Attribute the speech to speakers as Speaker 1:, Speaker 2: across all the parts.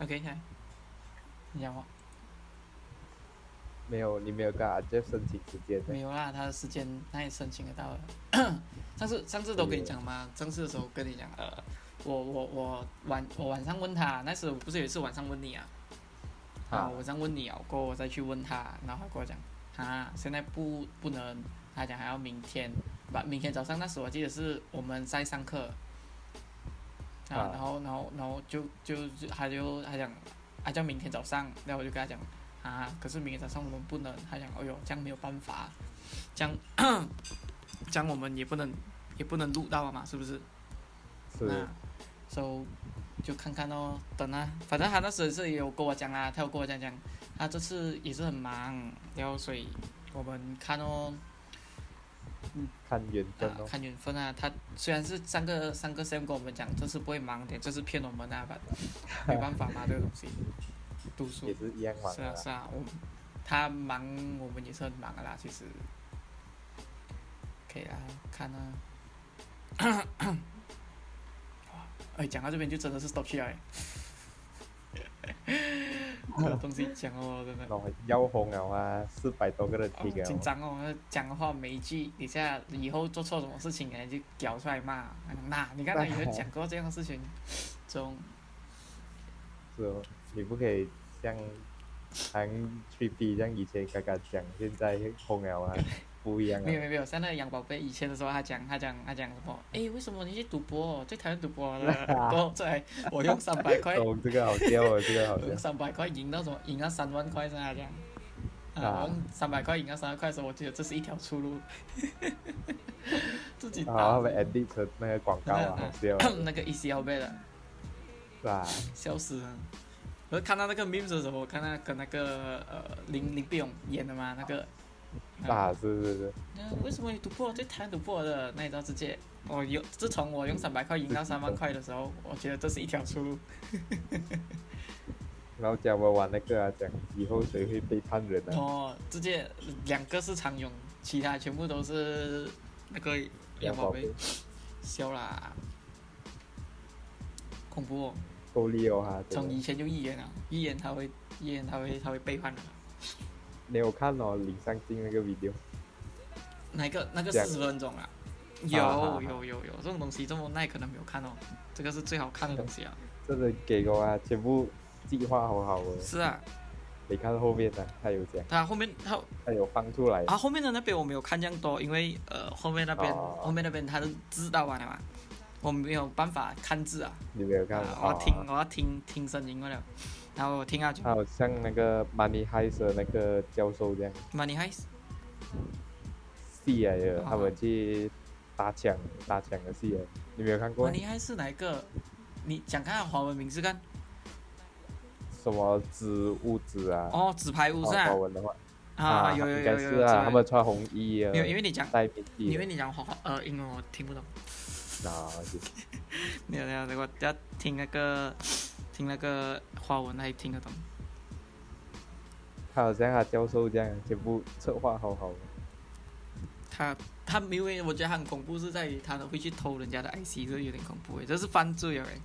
Speaker 1: OK，看，你讲话
Speaker 2: 没有，你没有跟阿 Jeff 申请时间的
Speaker 1: 没。有啦？他的时间他也申请得到了。 上次上次都跟你讲嘛，上次的时候跟你讲，呃，我我我晚我晚上问他，那时候不是有一次晚上问你啊？啊，我想问你哦，过后我再去问他，然后他跟我讲，啊，现在不不能，他讲还要明天，把明天早上那时我记得是我们在上课，啊
Speaker 2: 啊，
Speaker 1: 然后然后然后就就就他就他讲，他叫明天早上，然后我就跟他讲，啊，可是明天早上我们不能，他讲，哎呦，这样没有办法，这样 这样我们也不能也不能录到了嘛，是不是？
Speaker 2: 是
Speaker 1: 那，so 就看看哦，等啊，反正他那时是也有跟我讲啊啦，他有跟我讲讲，他这次也是很忙，然后所以我们看哦，
Speaker 2: 看缘分
Speaker 1: 啊
Speaker 2: 哦，。
Speaker 1: 看缘分啊。他虽然是上个上个 Sam 跟我们讲这次不会忙点，这次骗我们啊，但没办法嘛，这个东西，读书
Speaker 2: 也是一样忙
Speaker 1: 是
Speaker 2: 的
Speaker 1: 啊
Speaker 2: 啦。
Speaker 1: 是啊，我们他忙，我们也是很忙的啦，其实。可以啊，看啊。哇， 哎，讲到这边就真的是 stop 去了 哎。没有东西讲哦，真的。
Speaker 2: 那我要红了啊，四百多个人
Speaker 1: 哦
Speaker 2: 听啊
Speaker 1: 紧张哦，那讲的话每一句，你现在以后做错什么事情，人家就屌出来骂。那你看他以
Speaker 2: 哎
Speaker 1: 前讲过这样的事情， 这种
Speaker 2: 是哦，你不可以像像 t r p 像以前刚刚讲，现在红了 啊，不一样
Speaker 1: 没有没
Speaker 2: 啊。
Speaker 1: 有没有，像那个杨宝贝以前的时候，他讲他讲他讲什么？
Speaker 2: 嗯
Speaker 1: 诶，为什么你去赌博？最讨厌赌博了。 然后出来，我 用三百块，我
Speaker 2: 哦，这个好笑 哦，这个好
Speaker 1: 用
Speaker 2: 笑。
Speaker 1: 三百块赢到什么？赢到三万块是他讲。啊，
Speaker 2: 啊
Speaker 1: 我用三百块赢到三万块的时候，我觉得这是一条出路。 自己
Speaker 2: 然
Speaker 1: 打
Speaker 2: 后啊 edit 成那个广告啊，好笑 啊，
Speaker 1: 那个 E ECL 贝了，
Speaker 2: 是啊吧？
Speaker 1: 笑死了。我看到那个 memes 的时候，我看他跟那个呃林林碧勇演的嘛，那个
Speaker 2: 啊，是是是，
Speaker 1: 那为什么你赌博最讨厌赌博的？那你知道直接，我哦有自从我用三百块赢到三万块的时候，我觉得这是一条出路。
Speaker 2: 然后讲我玩那个啊，讲以后谁会背叛人啊？
Speaker 1: 哦，直接两个是常用，其他全部都是那个杨宝贝，笑啦，恐怖、哦，
Speaker 2: 够力哦哈！真
Speaker 1: 从
Speaker 2: 的
Speaker 1: 以前就预言了，啊预言他会，预言他会，他啊会背叛的。
Speaker 2: 你有看哦，李尚敬那个 video，
Speaker 1: 哪一个那个
Speaker 2: 这
Speaker 1: 四十
Speaker 2: 样
Speaker 1: 分钟啊？啊
Speaker 2: 好
Speaker 1: 有
Speaker 2: 好好
Speaker 1: 有有有这种东西，这么耐可能没有看哦，这个是最好看的东西啊！
Speaker 2: 真的给我啊，全部计划好好哦。
Speaker 1: 是啊，
Speaker 2: 你看后面呢、他有讲，
Speaker 1: 他后面他
Speaker 2: 他有放出来，
Speaker 1: 啊，后面的那边我没有看这样多，因为呃，后面那边、
Speaker 2: 哦
Speaker 1: 后面那边他的字到完了嘛，我没有办法看字啊，
Speaker 2: 你没有看？
Speaker 1: 啊我要听
Speaker 2: 哦
Speaker 1: 我要听听声音罢了，然后我听下去
Speaker 2: 他，好像那个 Money Heist 的那个教授这样，
Speaker 1: 蛮厉害，
Speaker 2: 戏来的，
Speaker 1: 哦
Speaker 2: 他们去打抢打抢的戏来，你没有看过
Speaker 1: 蛮？厉害是哪一个？你讲看下华文名字看，
Speaker 2: 什么织物子啊？
Speaker 1: 哦，纸牌屋是啊
Speaker 2: 华，文的话
Speaker 1: 啊，有有
Speaker 2: 应该
Speaker 1: 有有
Speaker 2: 是
Speaker 1: 有，
Speaker 2: 啊，
Speaker 1: 纸
Speaker 2: 他
Speaker 1: 牌
Speaker 2: 们穿红衣啊，
Speaker 1: 没有，因为你 讲，
Speaker 2: 戴面具，
Speaker 1: 因为你讲华呃英文我听不懂，
Speaker 2: 啊，是
Speaker 1: 没有没有，我要听那个听那个华文还听得懂，
Speaker 2: 他好像他教授这样，全部策划好好的。
Speaker 1: 他他因为我觉得他很恐怖是在于他会去偷人家的 IC，这有点恐怖诶，这是犯罪了诶。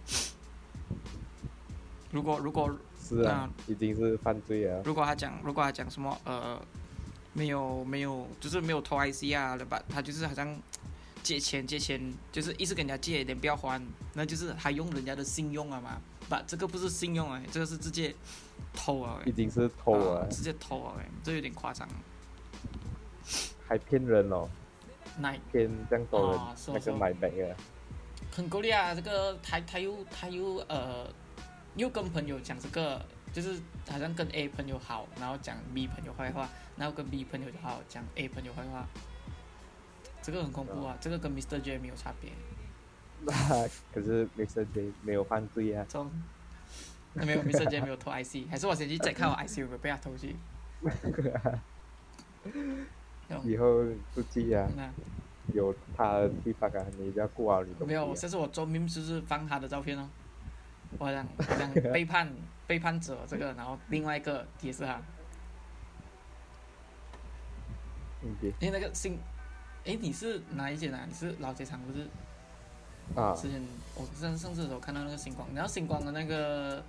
Speaker 1: 如果如果
Speaker 2: 是啊，已经是犯罪啊了。
Speaker 1: 如果他讲如果他讲什么呃没有没有就是没有偷 IC 啊了吧，他就是好像借钱借钱就是一直跟人家借，连不要还，那就是还用人家的信用啊嘛，把这个不是信用诶，啊这个是直接偷啊
Speaker 2: 已
Speaker 1: 诶，
Speaker 2: 经是偷
Speaker 1: 啊
Speaker 2: 了，
Speaker 1: 直接偷啊诶，这有点夸张。
Speaker 2: 还骗人哦，
Speaker 1: 那
Speaker 2: 骗这样多人
Speaker 1: 啊是哦
Speaker 2: 那
Speaker 1: 是
Speaker 2: 个
Speaker 1: 哦
Speaker 2: 买卖啊，
Speaker 1: 很够力啊！这个他他又他又呃，又跟朋友讲这个，就是好像跟 A 朋友好，然后讲 B 朋友坏话，然后跟 B 朋友好，讲 A 朋友坏话，这个很恐怖啊！这个跟 Mr. J 没有差别，
Speaker 2: 那啊 可是 Mr. J 没有犯罪啊，
Speaker 1: 这种没有 Mr. J 没有偷 IC，还是我先去 check 看我 IC 有没有被他偷去。那种
Speaker 2: 以后出去啊，
Speaker 1: 那
Speaker 2: 有他的地方啊，你一定要顾好你的。
Speaker 1: 没有，下次我做 meme 就是放他的照片哦。我想，我想背叛背叛者这个，然后另外一个也是他。
Speaker 2: 嗯对
Speaker 1: 因为那个新，哎，你是哪一间啊？你是老街场不是？
Speaker 2: 啊，
Speaker 1: 之前我上上次的时候看到那个星光，然后星光的那个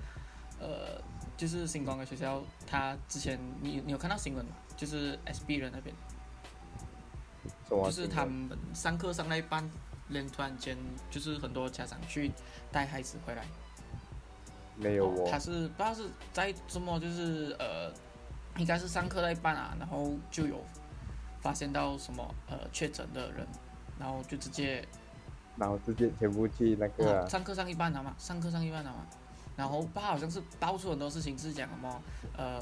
Speaker 1: 呃，就是星光的学校，他之前你你有看到新闻吗？就是 SB 人那边，
Speaker 2: 什么啊
Speaker 1: 就是他们上课上到一半，连突然间就是很多家长去带孩子回来，
Speaker 2: 没有
Speaker 1: 哦
Speaker 2: 我
Speaker 1: 他是不知道是在周末，就是呃，应该是上课到一半啊，然后就有发现到什么呃确诊的人，然后就直接、
Speaker 2: 然后直接全部去那个啊
Speaker 1: 哦、上课上一半了嘛，上课上一半了嘛，然后他好像是爆出很多事情，是讲什么呃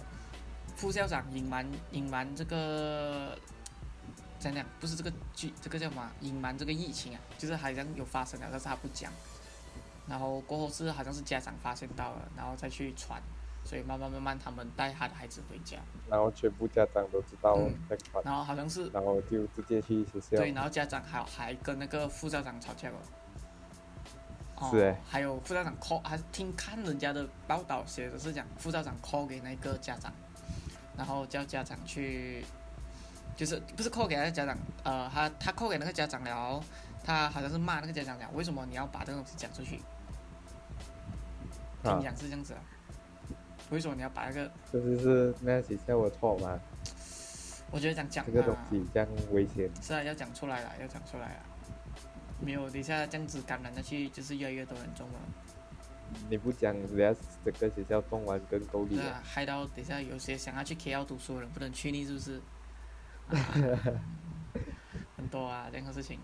Speaker 1: 副校长隐瞒隐瞒这个。怎样？不是这个剧，这个叫什么啊？隐瞒这个疫情啊，就是好像有发生了，但是他不讲。然后过后是好像是家长发现到了，然后再去传，所以慢慢慢慢他们带他的孩子回家，
Speaker 2: 然后全部家长都知道
Speaker 1: 嗯
Speaker 2: 在传，
Speaker 1: 然后好像是
Speaker 2: 然后就直接去学校。
Speaker 1: 对，然后家长还还跟那个副校长吵架了。哦
Speaker 2: 是欸
Speaker 1: 还有副校长 call，还是听看人家的报道写的是讲副校长 call 给那个家长，然后叫家长去，就是不是 call 给那个家长，呃，他他 call 给那个家长了，他好像是骂那个家长了，为什么你要把这个东西讲出去？
Speaker 2: 啊
Speaker 1: 听，讲是这样子啊，为什么你要把那个？
Speaker 2: 这就是那学校的错嘛，
Speaker 1: 我觉得讲讲
Speaker 2: 这个东
Speaker 1: 嘛
Speaker 2: 西这样危险。
Speaker 1: 是啊，要讲出来了，要讲出来了。没有，等一下这样子感染下去，就是越来越多人中了。
Speaker 2: 你不讲，人家整个学校动完跟狗理
Speaker 1: 对
Speaker 2: 啊。
Speaker 1: 啊，害到等一下有些想要去 KL 读书的人不能去，你是不 是？啊很多啊，这样的事情。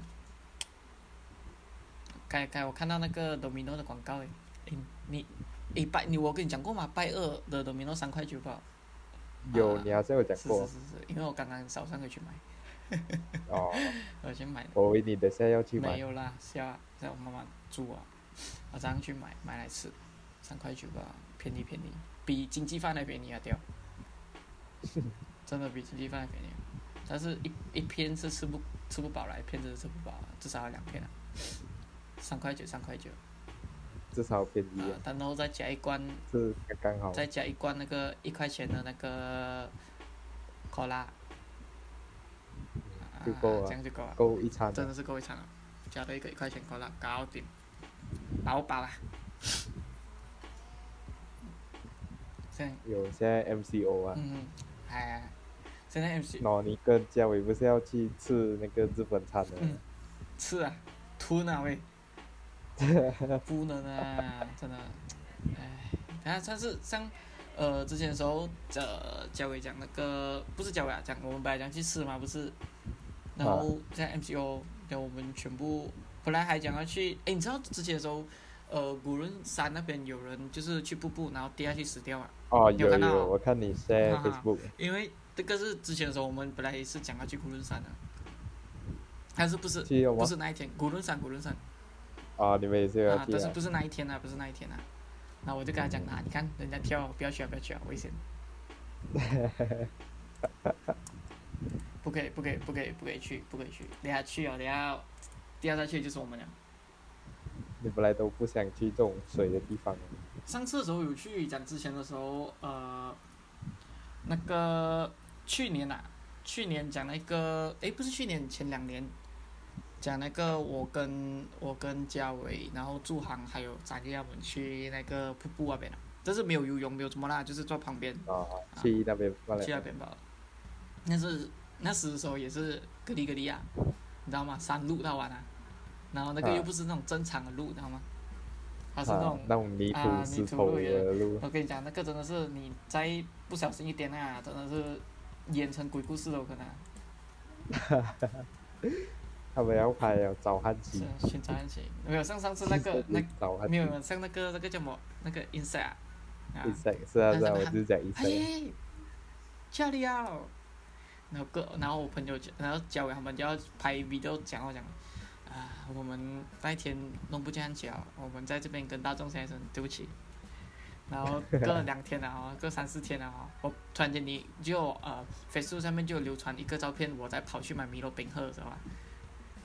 Speaker 1: 刚才我看到那个 Domino 的广告诶，诶你诶拜你我跟你讲过吗？拜二的 Domino 三块九吧？
Speaker 2: 有，
Speaker 1: 啊
Speaker 2: 你好像有讲
Speaker 1: 是是
Speaker 2: 过
Speaker 1: 是是，因为我刚刚早上有去买，
Speaker 2: 哦。
Speaker 1: 我有去买
Speaker 2: 我以为你等下要去
Speaker 1: 没
Speaker 2: 买，
Speaker 1: 有啦，下在我妈妈煮啊， 我早上去买买来吃，三块九吧，便宜便宜，比经济饭还便宜啊，掉，真的比经济饭还便宜，但是一一片是吃不吃不饱啦，一片真的吃不饱啊，至少要两片啊，三块九三块九，
Speaker 2: 至少便宜
Speaker 1: 啊
Speaker 2: 啊，，
Speaker 1: 然后再加一罐
Speaker 2: 是刚刚好。
Speaker 1: 再加一罐那个一块钱的那个可拉，
Speaker 2: 就够了
Speaker 1: 啊这样就够了。
Speaker 2: 够一餐
Speaker 1: 真
Speaker 2: 了，
Speaker 1: 的是够一场了，加了一个一块钱可乐，搞定，饱饱啊啦。 现在，
Speaker 2: 有现在 MCO 啊，
Speaker 1: 嗯，哎，现在 MC
Speaker 2: 喏，你跟嘉伟不是要去吃那个日本餐的？
Speaker 1: 嗯吃啊，吞啊喂，不能啊，真的，哎，但但是像呃之前的时候，呃，嘉伟讲那个不是嘉伟啊，讲我们本来讲去吃嘛，不是，然后现在 MCO，然后我们全部本来还讲要去，哎，你知道之前的时候，呃，古伦山那边有人就是去瀑布，然后跌下去死掉啊，
Speaker 2: 哦，
Speaker 1: 你有
Speaker 2: 有
Speaker 1: 看到
Speaker 2: 有，我看你 share
Speaker 1: 哈哈
Speaker 2: Facebook，
Speaker 1: 因为这个是之前的时候我们本来是讲要去古伦山的，但是不是
Speaker 2: 去要
Speaker 1: 不
Speaker 2: 吗？
Speaker 1: 是那一天，古伦山古伦山。
Speaker 2: 啊，你们也是要
Speaker 1: 啊，
Speaker 2: 去
Speaker 1: 但是
Speaker 2: 啊？
Speaker 1: 不是那一天啊，不是那一天啊。然后我就跟他讲啊，你看人家跳，不要去啊，不要去啊，危险。不可以，不可以，不可以，不可以去，不可以去。等下去啊，等下，等下再去就是我们了。
Speaker 2: 你本来都不想去这种水的地方，
Speaker 1: 上次的时候有去讲之前的时候，呃，那个去年啊，去年讲那个，诶，不是去年，前两年讲那个我跟我跟嘉伟，然后祝航还有张亚文去那个瀑布那边啊，但是没有游泳，没有什么啦，就是坐旁边
Speaker 2: 啊，去那边放
Speaker 1: 去那
Speaker 2: 了，
Speaker 1: 边吧。但是那时的时候也是咯哩咯哩啊，你知道吗？山路到玩啊，然后那个
Speaker 2: 啊
Speaker 1: 又不是那种正常的路，你知道吗？它是那
Speaker 2: 啊
Speaker 1: 种，
Speaker 2: 那种泥
Speaker 1: 啊
Speaker 2: 土
Speaker 1: 泥
Speaker 2: 石
Speaker 1: 土
Speaker 2: 头
Speaker 1: 路也
Speaker 2: 的路，
Speaker 1: 我跟你讲，那个真的是你再不小心一点啊，真的是演成鬼故事都有可能啊。
Speaker 2: 他们要拍了早汉
Speaker 1: 是
Speaker 2: 起，
Speaker 1: 寻找一起，没有像上次那个那
Speaker 2: 早汉
Speaker 1: 没
Speaker 2: 起
Speaker 1: 有像那个那个叫什么那个 insect 啊，啊
Speaker 2: insect 是啊
Speaker 1: 但是
Speaker 2: 是啊，
Speaker 1: 他
Speaker 2: 我就讲
Speaker 1: 哎
Speaker 2: insect，
Speaker 1: 耶，加里奥，然后个，然后我朋友就，然后教给他们就要拍 video 讲，我讲，啊，我们那一天弄不见脚，我们在这边跟大众先生对不起。然后过了两天了 哦，过三四天了哦，我突然间你就呃，Facebook 上面就流传一个照片，我在跑去买米洛冰喝，知道吧？啊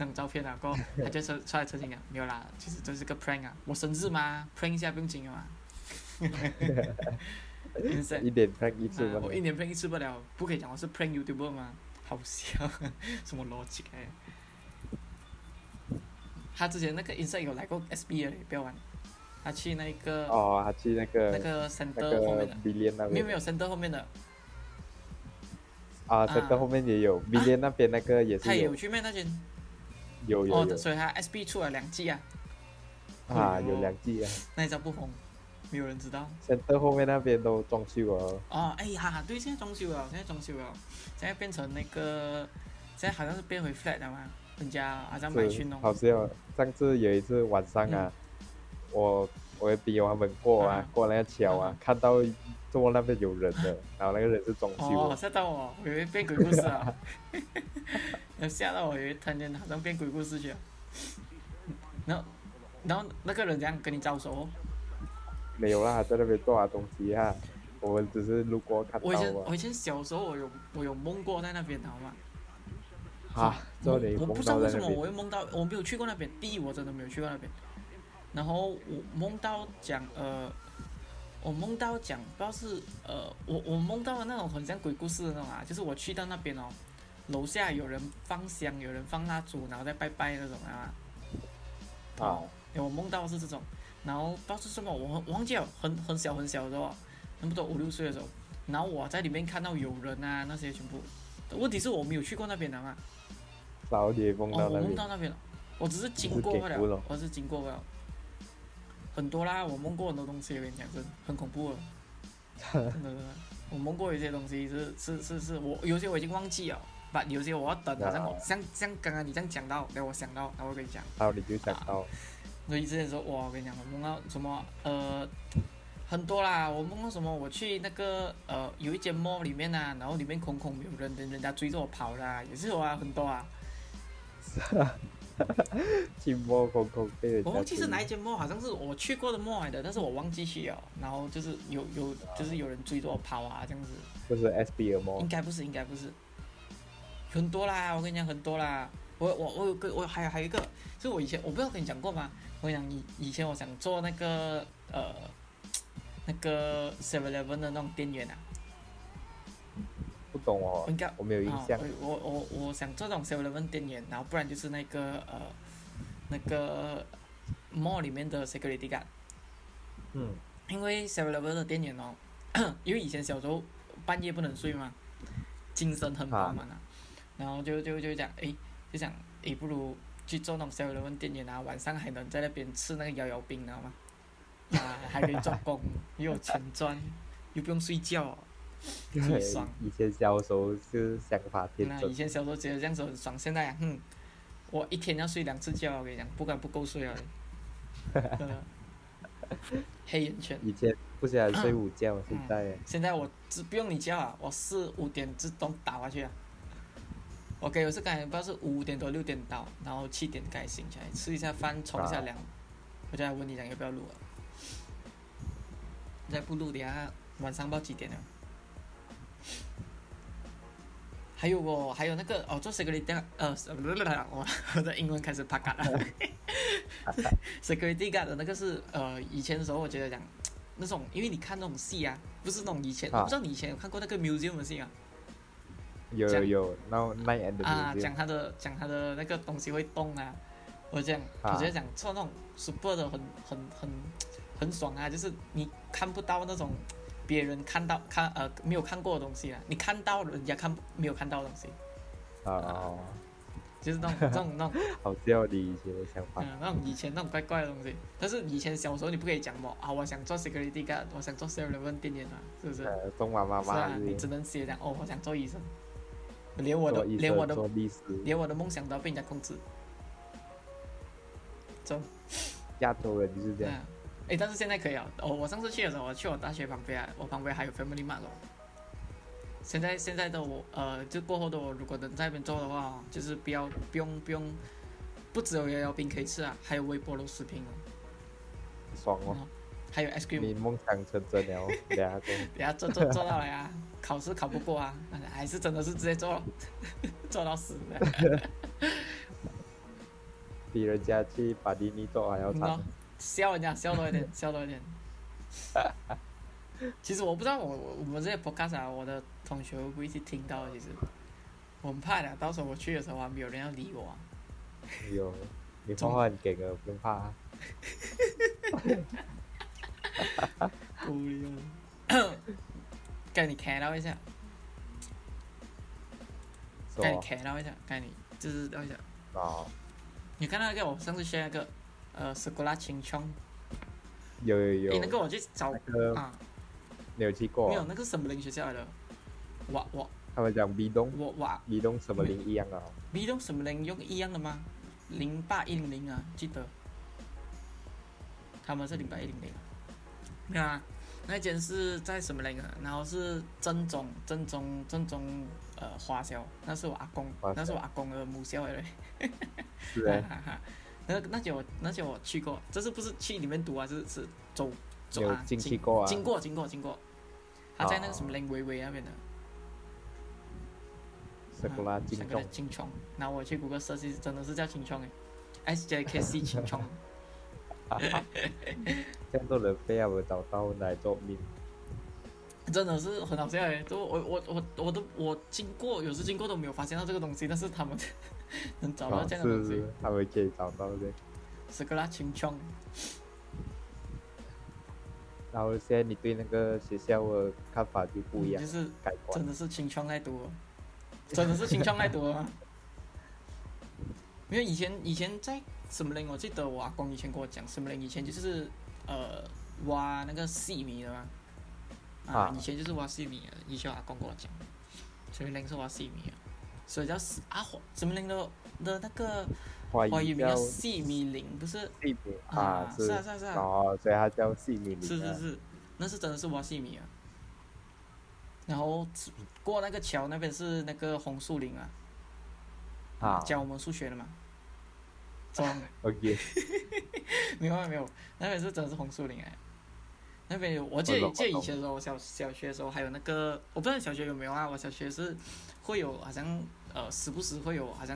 Speaker 1: 那种照片啊，过后他就说出来澄清讲，没有啦，其实这是个 prank 啊，我生日嘛，prank 一下不用紧的嘛。Inside
Speaker 2: 一点 prank 一次
Speaker 1: 啊
Speaker 2: 嘛，
Speaker 1: 我一年 prank 一次不了，不可以讲我是 prank YouTuber 吗？ 好笑，什么逻辑哎？他之前那个 Inside 有来过 SB 的，不要玩。他去那个、
Speaker 2: 哦，他去那个
Speaker 1: 那个 center
Speaker 2: 那
Speaker 1: 后面
Speaker 2: 个
Speaker 1: 的，
Speaker 2: Billion 那
Speaker 1: 没有
Speaker 2: 边
Speaker 1: 没有 center 后面的，
Speaker 2: 啊，center 后面也有 Billion 那边那个也
Speaker 1: 他
Speaker 2: 是
Speaker 1: 也有
Speaker 2: 有
Speaker 1: 去卖那间
Speaker 2: 有有
Speaker 1: 哦，
Speaker 2: 有
Speaker 1: 所以他 SB 出了两季啊，
Speaker 2: 啊，
Speaker 1: 哦
Speaker 2: 有两季啊
Speaker 1: 那一张不红，没有人知道。
Speaker 2: ，center 后面那边都装修了，
Speaker 1: 哦，哎呀，对，现在装修了，现在装修了，现在变成那个，现在好像是变回 flat 了嘛，人家好像买去
Speaker 2: 是
Speaker 1: 弄。嗯
Speaker 2: 好笑。上次有一次晚上啊，我我的朋友他们过啊
Speaker 1: 啊
Speaker 2: 过那个桥啊
Speaker 1: 啊，
Speaker 2: 看到坐那边有人的，然后那个人是装修
Speaker 1: 哦，
Speaker 2: 的，
Speaker 1: 吓到我，我以为变鬼故事啊， 吓到我，以为突然间好像变鬼故事去了。啊然后，然后那个人怎样跟你招手哦？
Speaker 2: 没有啦，在那边做啊东西啊，我们只是路过看到
Speaker 1: 我以前我
Speaker 2: 啊
Speaker 1: 以前小时候我有我有梦过在那边，好吗？
Speaker 2: 啊，这里
Speaker 1: 我
Speaker 2: 梦
Speaker 1: 不知道
Speaker 2: 到
Speaker 1: 为
Speaker 2: 在
Speaker 1: 什
Speaker 2: 那
Speaker 1: 么
Speaker 2: 边
Speaker 1: 我会梦到，我没有去过那边。第一，我真的没有去过那边。然后我梦到讲呃，我梦到讲不知道是呃，我我梦到的那种很像鬼故事的那种啊，就是我去到那边哦，楼下有人放香，有人放蜡烛，然后再拜拜那种啊。
Speaker 2: 啊，
Speaker 1: 哎，我梦到的是这种，然后不知道是什么，我我忘记了，很很小很小的时候啊，差不多五六岁的时候，然后我在里面看到有人啊那些全部，问题是我没有去过那边的嘛，
Speaker 2: 早点梦
Speaker 1: 哦，
Speaker 2: 到
Speaker 1: 我
Speaker 2: 那
Speaker 1: 梦
Speaker 2: 边
Speaker 1: 到那边了，我只是
Speaker 2: 你
Speaker 1: 经
Speaker 2: 是
Speaker 1: 过
Speaker 2: 给
Speaker 1: 不
Speaker 2: 哭
Speaker 1: 了
Speaker 2: 了，
Speaker 1: 我是经过不了，很多啦，我梦过很多东西，我跟你讲真，很恐怖了，啊真的真的，我梦过一些东西是是是是我有些我已经忘记了，把有些我要等，好像我
Speaker 2: 啊
Speaker 1: 像像刚刚你这样讲到，等我想到，然后我跟你讲。
Speaker 2: 然后你就想
Speaker 1: 啊
Speaker 2: 到
Speaker 1: 所以之前说，哇，我跟你讲，我梦到什么呃很多啦，我梦到什么，我去那个呃有一间 mall 里面啊，然后里面空空没有人，人人家追着我跑啦、也是有啊，很多啊。
Speaker 2: 寂寞空空被人家
Speaker 1: 我忘记是
Speaker 2: 追
Speaker 1: 哦哪一间 mall，好像是我去过的 mall 来的，但是我忘记去了。然后就是有有就是有人追着我跑啊，这样子，
Speaker 2: 就是 S B M
Speaker 1: 应该不是，应该不是，很多啦，我跟你讲很多啦。我我我有个我还有还有一个，就是我以前我不知道跟你讲过吗？我跟你讲以以前我想做那个呃那个 Seven Eleven 的那种店员啊，
Speaker 2: 不懂
Speaker 1: 我
Speaker 2: 哦
Speaker 1: 应，该
Speaker 2: 我没有印
Speaker 1: 啊，
Speaker 2: 象
Speaker 1: 我我我我想做那种 Seven Eleven 店员，然后不然就是那个呃那个 mall 里面的 security guard。
Speaker 2: 嗯
Speaker 1: 因为 Seven Eleven 的店员哦， 因为以前小时候半夜不能睡嘛，精神很饱满啊，然后就就就讲，诶，就想，诶，不如去做那种 Seven Eleven 店员啊，晚上还能在那边吃那个摇摇冰，你知道吗？啊，还可以做工，又有钱赚，又不用睡觉、哦，很爽。
Speaker 2: 以前小时候是想法天
Speaker 1: 那
Speaker 2: 真
Speaker 1: 以，前小时候觉得这样子很爽，现在啊，哼、我一天要睡两次觉，我跟你讲，不管不够睡啊，真的黑眼圈。
Speaker 2: 以前不喜欢睡午觉，现在
Speaker 1: 现在我只不用你叫啊，我四五点自动打下去啊。OK，我是刚才不知道是五点多六点到，然后七点该醒起来吃一下饭，冲一下凉，我就来问你讲要不要录啊？再不录，等下啊晚上不知道几点了。啊还有哦，还有那个哦，做 security guard，呃，我我的英文开始啪嘎了。security guard 的那个是呃，以前的时候我觉得讲那种，因为你看那种戏啊，不是那种以前，
Speaker 2: 啊
Speaker 1: 我不知道你以前有看过那个 museum 的戏啊，
Speaker 2: 有
Speaker 1: 这
Speaker 2: 有
Speaker 1: 样
Speaker 2: 有，那 night and
Speaker 1: 啊，
Speaker 2: the
Speaker 1: 讲
Speaker 2: museum
Speaker 1: 他的讲他的那个东西会动啊，我讲，
Speaker 2: 啊
Speaker 1: 我觉得讲做那种 super 的很很很很爽啊，就是你看不到那种别人看到看呃没有看过的东西啊，你看到人家看没有看到的东西，
Speaker 2: 啊，
Speaker 1: 就是那种 这种那种
Speaker 2: 好笑你以前的想法
Speaker 1: 嗯，那种以前那种怪怪的东西，但是以前小时候你不可以讲我啊，我想做 security guard，我想做 seven eleven 店员嘛，啊是不是？
Speaker 2: 呃，中华妈
Speaker 1: 是啊
Speaker 2: 妈，
Speaker 1: 你只能写讲哦，我想做医生，连我的
Speaker 2: 做医
Speaker 1: 连我
Speaker 2: 生
Speaker 1: 的
Speaker 2: 做律师，
Speaker 1: 连我的梦想都要被人家控制。走，
Speaker 2: 亚洲人就是这
Speaker 1: 对
Speaker 2: 样
Speaker 1: 啊，哎，但是现在可以啊。哦，我上次去的时候，我去我大学旁边啊，我旁边还有 Family Mart 哦。现在现在的我，呃，就过后的我，如果能在那边做的话哦，就是不要不用不用，不只有摇摇冰可以吃啊，还有微波炉食品哦，
Speaker 2: 爽哦。
Speaker 1: 还有 ice cream
Speaker 2: 你梦想成真了，等下过
Speaker 1: 等下做做做到了呀， 考试考不过啊，还是真的是直接做做到死的。
Speaker 2: 比人家去把迪尼做还要
Speaker 1: 你知道
Speaker 2: 长。
Speaker 1: 笑嗯啊人家笑多一 点，笑多一点。其实我不知道我我我们这些 podcast 啊，我的同学会不会去听到？其实我很怕的，到时候我去的时候啊，没有人要理我、啊。
Speaker 2: 有，你画画很给个，不用怕啊。
Speaker 1: 狗粮， 该你开导一下，
Speaker 2: 是
Speaker 1: 该你
Speaker 2: 吧？
Speaker 1: 开导一下，该你就是导一下。
Speaker 2: 啊，
Speaker 1: 你看到那个我上次 share 那个，呃，s 古拉青琼，
Speaker 2: 有有
Speaker 1: 诶，
Speaker 2: 有，
Speaker 1: 那个我去找
Speaker 2: 那个
Speaker 1: 啊，
Speaker 2: 你有去过
Speaker 1: 没有，
Speaker 2: 啊？
Speaker 1: 那个森林学校来的，哇哇
Speaker 2: 他们讲 B 东
Speaker 1: 我啊哇
Speaker 2: ，B 东什么
Speaker 1: 没
Speaker 2: 林一样啊？
Speaker 1: ，B 栋森林用一样的吗？零八一零零啊，记得，他们是零八一零零，没有啊，那一间是在什么林啊？然后是正宗正宗正宗呃花销，那是我阿公
Speaker 2: 花，
Speaker 1: 那是
Speaker 2: 销
Speaker 1: 我阿公的母校来的。
Speaker 2: 是
Speaker 1: 哈
Speaker 2: 哎，
Speaker 1: 哈哈， 那那节我那节我去过，这是不是去里面读啊？是是走走
Speaker 2: 没有
Speaker 1: 啊，
Speaker 2: 进去过啊
Speaker 1: 经过经过经过，他在那个什么
Speaker 2: 哦
Speaker 1: 林维维那边的，
Speaker 2: 色古拉金
Speaker 1: 嗯个
Speaker 2: 钟
Speaker 1: 青琼，然后我去谷歌设计，真的是叫青琼 哎，S J K C 青琼，
Speaker 2: 这样多人被我们找到来做命，
Speaker 1: 真的是很好笑哎，都我我我我都我经过有时经过都没有发现到这个东西，但是他们 能找到
Speaker 2: 啊，
Speaker 1: 这样的
Speaker 2: 是
Speaker 1: 东西
Speaker 2: 是，，他们可以找到的。
Speaker 1: 是个啦青琼，
Speaker 2: 然后现在你对那个学校的看法就不一样
Speaker 1: 就
Speaker 2: 了，
Speaker 1: 是
Speaker 2: 改观
Speaker 1: 真的是青创在读哦，真的是青创在读哦。 没有以前以前在什么林，我记得我阿公以前跟我讲，什么林以前就是呃挖那个细米的嘛，啊
Speaker 2: 啊，
Speaker 1: 以前就是挖细米的，以前我阿公跟我讲，什么林是挖细米的，所以叫细啊火什么林的的那个
Speaker 2: 花
Speaker 1: 花语
Speaker 2: 语
Speaker 1: 名叫
Speaker 2: 叫
Speaker 1: 细米林，不是
Speaker 2: 细米
Speaker 1: 啊
Speaker 2: 啊，
Speaker 1: 是啊是啊是啊
Speaker 2: 哦，所以它叫细米林
Speaker 1: 是是
Speaker 2: 啊，
Speaker 1: 是，那是真的是挖西米啊。然后过那个桥那边是那个红树林啊，
Speaker 2: 啊
Speaker 1: 教我们数 学的嘛。中
Speaker 2: ，OK，
Speaker 1: 没有啊没有，那边是真的是红树林哎、那边有，我记
Speaker 2: 我
Speaker 1: 得
Speaker 2: 懂
Speaker 1: 记得
Speaker 2: 我
Speaker 1: 以
Speaker 2: 懂
Speaker 1: 前的时候，我小小学的时候还有那个，我不知道你小学有没有啊？我小学是会有好像呃时不时会有好像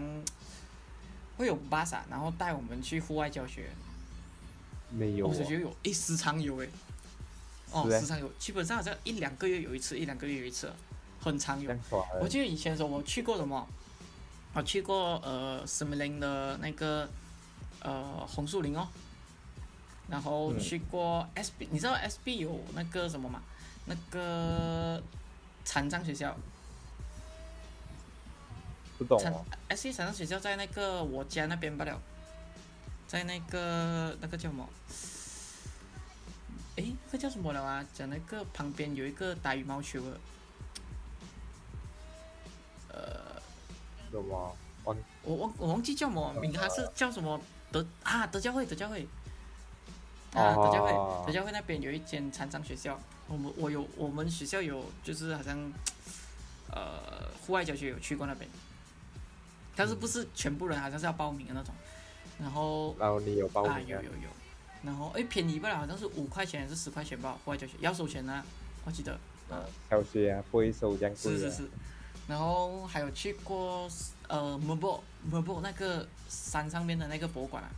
Speaker 1: 会有巴萨，然后带我们去户外教学，
Speaker 2: 没有
Speaker 1: 哦我
Speaker 2: 啊
Speaker 1: 小学有，诶，时常有诶，哦，
Speaker 2: 是诶
Speaker 1: 时常有，基本上好像一两个月有一次，一两个月有一次，很常
Speaker 2: 这
Speaker 1: 有
Speaker 2: 样。耍
Speaker 1: 我
Speaker 2: 的，
Speaker 1: 记得以前的时候，我去过什么？我去过呃什么林的那个呃红树林哦，然后
Speaker 2: 嗯
Speaker 1: 去过 SB，、你知道 SB 有那个什么吗？那个残障学校，
Speaker 2: 不懂
Speaker 1: 残
Speaker 2: 哦，
Speaker 1: SB 残障学校在那个我家那边不了，在那个那个叫什么？诶，那个叫什么了啊？讲那个旁边有一个打羽毛球的，
Speaker 2: 什么？忘
Speaker 1: 我忘我忘记叫什么名，他是叫什么德啊德教会德教会啊德教
Speaker 2: 哦
Speaker 1: 会德教会那边有一间残障学校，我们我有我们学校有就是好像呃户外教学有去过那边，但是不是全部人好像是要报名的那种，然后
Speaker 2: 然后你有报
Speaker 1: 啊
Speaker 2: 名
Speaker 1: 有
Speaker 2: 啊
Speaker 1: 有？有，然后哎便宜不了，好像是五块钱还是十块钱吧，户外教学要收钱的啊，我记得。
Speaker 2: 啊，小学啊，不会收这样贵
Speaker 1: 是是
Speaker 2: 啊，
Speaker 1: 是，然后还有去过呃 m e b o m e b o 那个山上面的那个博物馆啊，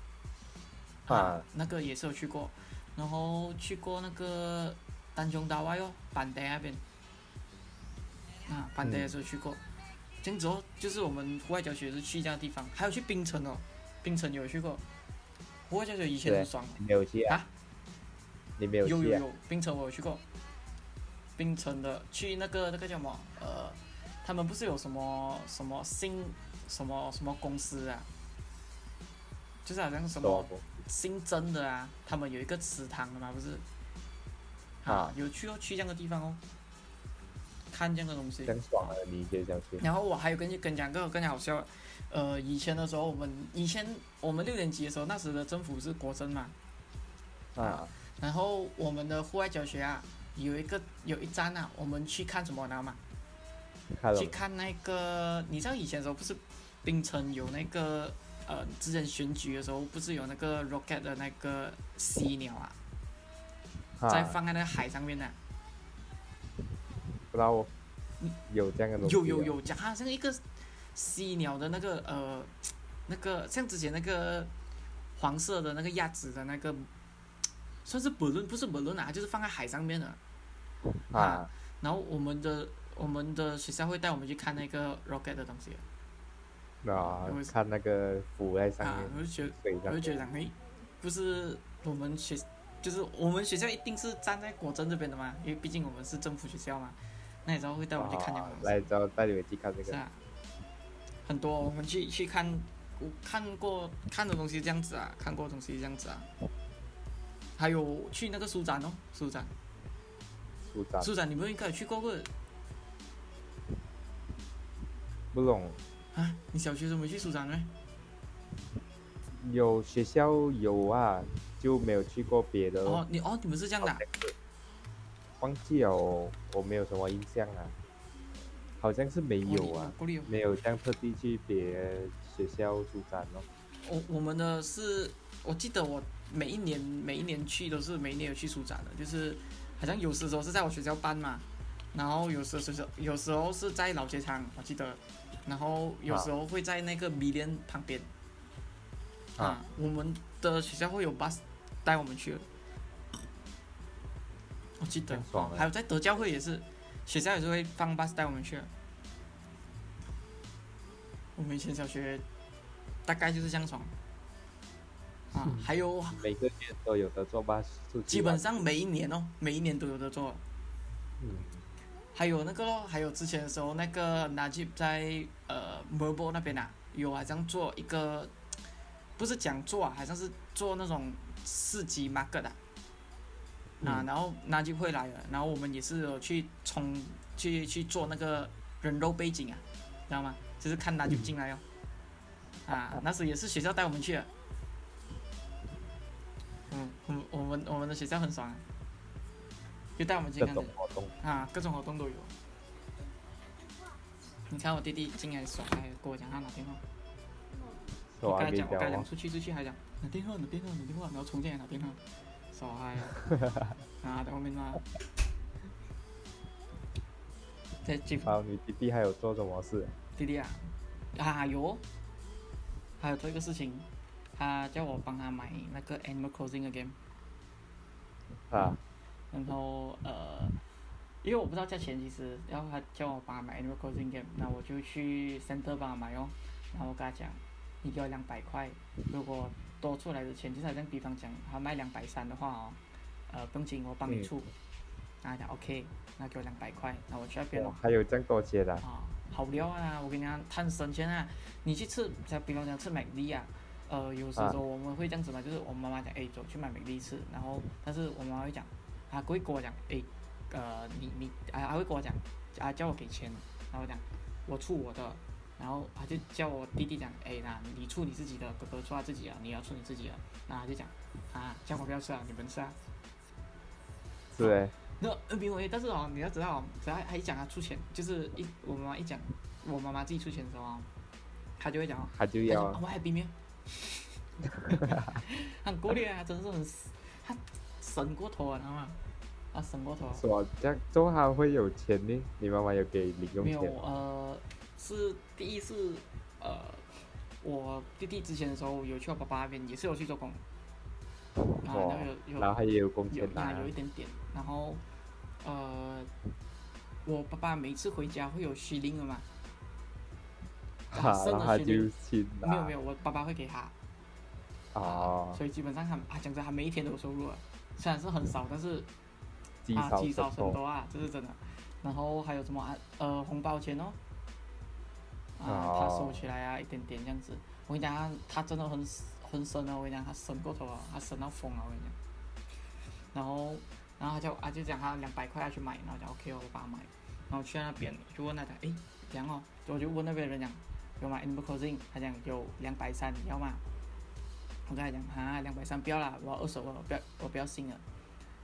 Speaker 2: 啊，
Speaker 1: 那个也是有去过，然后去过那个丹中大外哦，板德那边，啊，板德也是有去过，这样子哦，就是我们户外教学是去这样的地方，还有去冰城哦，冰城有去过，户外教学以前
Speaker 2: 对
Speaker 1: 很爽哦，
Speaker 2: 你没有去
Speaker 1: 啊
Speaker 2: 啊？你没有
Speaker 1: 有
Speaker 2: 去
Speaker 1: 有
Speaker 2: 啊？
Speaker 1: 有，冰城我有去过，冰城的去那个那个叫什么呃，他们不是有什么什么新什么什么公司啊，就是好像什
Speaker 2: 多
Speaker 1: 么
Speaker 2: 不？
Speaker 1: 新增的啊，他们有一个祠堂的嘛，不是？啊
Speaker 2: 啊，
Speaker 1: 有去哦，去这样的地方哦，看这样的东西
Speaker 2: 这。样爽啊！你以前小学
Speaker 1: 然后我还有跟你跟讲个更加好笑的，呃，以前的时候我们以前我们六年级的时候，那时的政府是国政嘛，
Speaker 2: 啊？
Speaker 1: 然后我们的户外教学啊，有一个有一站啊，我们去看什么，你知道吗？
Speaker 2: 看了
Speaker 1: 去看那个，你知道以前的时候不是冰城有那个呃，之前选举的时候不是有那个 rocket 的那个犀鸟啊，在
Speaker 2: 啊，
Speaker 1: 放在那个海上面的啊、
Speaker 2: 不知道哦有这样的东西啊
Speaker 1: 有有有，讲它好像一个犀鸟的那个呃，那个像之前那个黄色的那个鸭子的那个，算是 balloon 不是 balloon 啊，就是放在海上面的。
Speaker 2: 啊
Speaker 1: 然后我们的我们的学校会带我们去看那个 rocket 的东西
Speaker 2: 啊
Speaker 1: 我！
Speaker 2: 看那个浮在上
Speaker 1: 啊
Speaker 2: 面，，
Speaker 1: 我就觉得
Speaker 2: 水
Speaker 1: 我
Speaker 2: 上
Speaker 1: 就觉
Speaker 2: 面
Speaker 1: 得讲，诶，不是我们学就是我们学校一定是站在果真这边的嘛，因为毕竟我们是政府学校嘛。那你知道会带我们去看那
Speaker 2: 啊
Speaker 1: 个东西
Speaker 2: 来，然后带你们去看这
Speaker 1: 是
Speaker 2: 个，
Speaker 1: 啊，很多我们去去看，我看过看的东西这样子啊，看过的东西这样子啊，还有去那个书展哦，书展，
Speaker 2: 书展
Speaker 1: 书展你们应该有去过过
Speaker 2: 不懂，
Speaker 1: 啊？你小学时候没去书展没？
Speaker 2: 有学校有啊，就没有去过别的咯，
Speaker 1: 哦，你哦你们是这样的啊、
Speaker 2: 忘记了，我没有什么印象啊，好像是没有啊，
Speaker 1: 过滤哦，
Speaker 2: 没有这样特地去别学校书展咯。
Speaker 1: 我我们的是，我记得我每一年每一年去都是每一年有去书展的，就是好像有时候是在我学校办嘛，然后有时候是有时候是在老街场，我记得，然后有时候会在那个米莲旁边。
Speaker 2: 啊
Speaker 1: 啊，我们的学校会有 bus 带我们去的，我记得
Speaker 2: 很，爽欸
Speaker 1: 还有在德教会也是，学校也是会放 bus 带我们去的。我们以前小学大概就是这样爽啊，还有
Speaker 2: 每个月都有的做吧，出去
Speaker 1: 基本
Speaker 2: 玩
Speaker 1: 上每一年哦，每一年都有的做。
Speaker 2: 嗯，
Speaker 1: 还有那个咯，还有之前的时候，那个 Najib 在呃 m e r b o 那边啊，有好像做一个，不是讲座啊，好像是做那种市集 market 的啊、啊，
Speaker 2: 嗯
Speaker 1: 然后 Najib 会来的，然后我们也是有去冲去去做那个人肉背景啊，知道吗？就是看 Najib 进来哦，啊，那时也是学校带我们去的，嗯，我们我们我们的学校很爽、啊，就带我们去
Speaker 2: 各
Speaker 1: 看这
Speaker 2: 种
Speaker 1: 个。
Speaker 2: 活动
Speaker 1: 啊，各种活动都有。你看我弟弟进来爽，还跟我讲他拿电话，
Speaker 2: 是
Speaker 1: 我
Speaker 2: 吧？
Speaker 1: 跟他
Speaker 2: 给你
Speaker 1: 讲，我跟他
Speaker 2: 讲
Speaker 1: 讲
Speaker 2: 哦，
Speaker 1: 出去出去，还讲拿电话拿电话拿电话，然后冲进来拿电话，傻嗨啊！啊，在后面骂，在这
Speaker 2: 然后你弟弟还有做什么事？
Speaker 1: 弟弟啊，啊有哦，还有做一个事情，他叫我帮他买那个 Animal Crossing 的 game。嗯
Speaker 2: 啊，
Speaker 1: 然后呃，因为我不知道价钱，其实，然后他叫我帮他买 Animal Crossing game，那我就去 Center 帮他买哦。然后我跟他讲，你给我两百块，如果多出来的钱，就是好像比方讲他卖两百三的话哦，呃，不用紧，我帮你
Speaker 2: 嗯
Speaker 1: 出。然后他讲 OK，那给我两百块，那我去那边
Speaker 2: 哇
Speaker 1: 哦。
Speaker 2: 还有这样多钱啊！
Speaker 1: 啊，好料啊！我跟你讲，探神仙啊！你去吃，像比方讲吃美丽啊，呃，有时
Speaker 2: 啊
Speaker 1: 候我们会这样子嘛，就是我妈妈讲，哎，走去买美丽吃，然后但是我妈妈会讲，啊，不会跟我讲，哎，呃，你你啊，还会跟我讲，啊，叫我给钱，然后我讲我出我的，然后他就叫我弟弟讲，哎，那你出你自己的，哥哥出他自己啊的，你要出你自己的，那他就讲，啊，叫我不要吃啊，你们吃啊，
Speaker 2: 是哎，
Speaker 1: 那呃没有诶，但是哦，你要知道哦，只要他一讲他出钱，就是一我妈妈一讲，我妈妈自己出钱的时候哦，他就会讲哦，
Speaker 2: 他就
Speaker 1: 他
Speaker 2: 要
Speaker 1: 讲啊
Speaker 2: 啊
Speaker 1: 我 happy meal，很过力啊，真是很他省过头啊，你知道吗？啊，省过头啊，
Speaker 2: 是吧？这样做还会有钱呢？你妈妈有给零用
Speaker 1: 没有
Speaker 2: 钱吗？
Speaker 1: 呃，是第一是呃，我弟弟之前的时候有去我爸爸那边，也是有去做工，啊，然后
Speaker 2: 哇
Speaker 1: 有有
Speaker 2: 然后还有工
Speaker 1: 有
Speaker 2: 钱拿
Speaker 1: 那
Speaker 2: 啊
Speaker 1: 有一点点，然后呃，我爸爸每次回家会有虚令的嘛， 啊
Speaker 2: 哈，然
Speaker 1: 生
Speaker 2: 后
Speaker 1: 了
Speaker 2: 他
Speaker 1: 学
Speaker 2: 就
Speaker 1: 历，
Speaker 2: 去拿。
Speaker 1: 没有没有，我爸爸会给他，
Speaker 2: 哦，
Speaker 1: 所以基本上他啊讲真，他每一天都有收入啊，虽然是很少，但是
Speaker 2: 积
Speaker 1: 啊
Speaker 2: 少
Speaker 1: 积少
Speaker 2: 成
Speaker 1: 成
Speaker 2: 多。
Speaker 1: 多啊，这是真的。然后还有什么啊呃红包钱哦，啊他收
Speaker 2: 哦
Speaker 1: 起来啊一点点这样子，我跟你讲他他真的很很神啊，我跟你讲他神过头啊，他神到疯啊，我跟你讲。然后然后他就啊就讲他两百块要去买，然后我讲 OK 哦，我帮他买，然后去那边就问他讲，诶，怎样哦？我就问那边的人讲有买 Animal Crossing，他讲有两百三，你要吗？我跟他讲哈两百三不要啦，我要二手的，我不要我不要新的。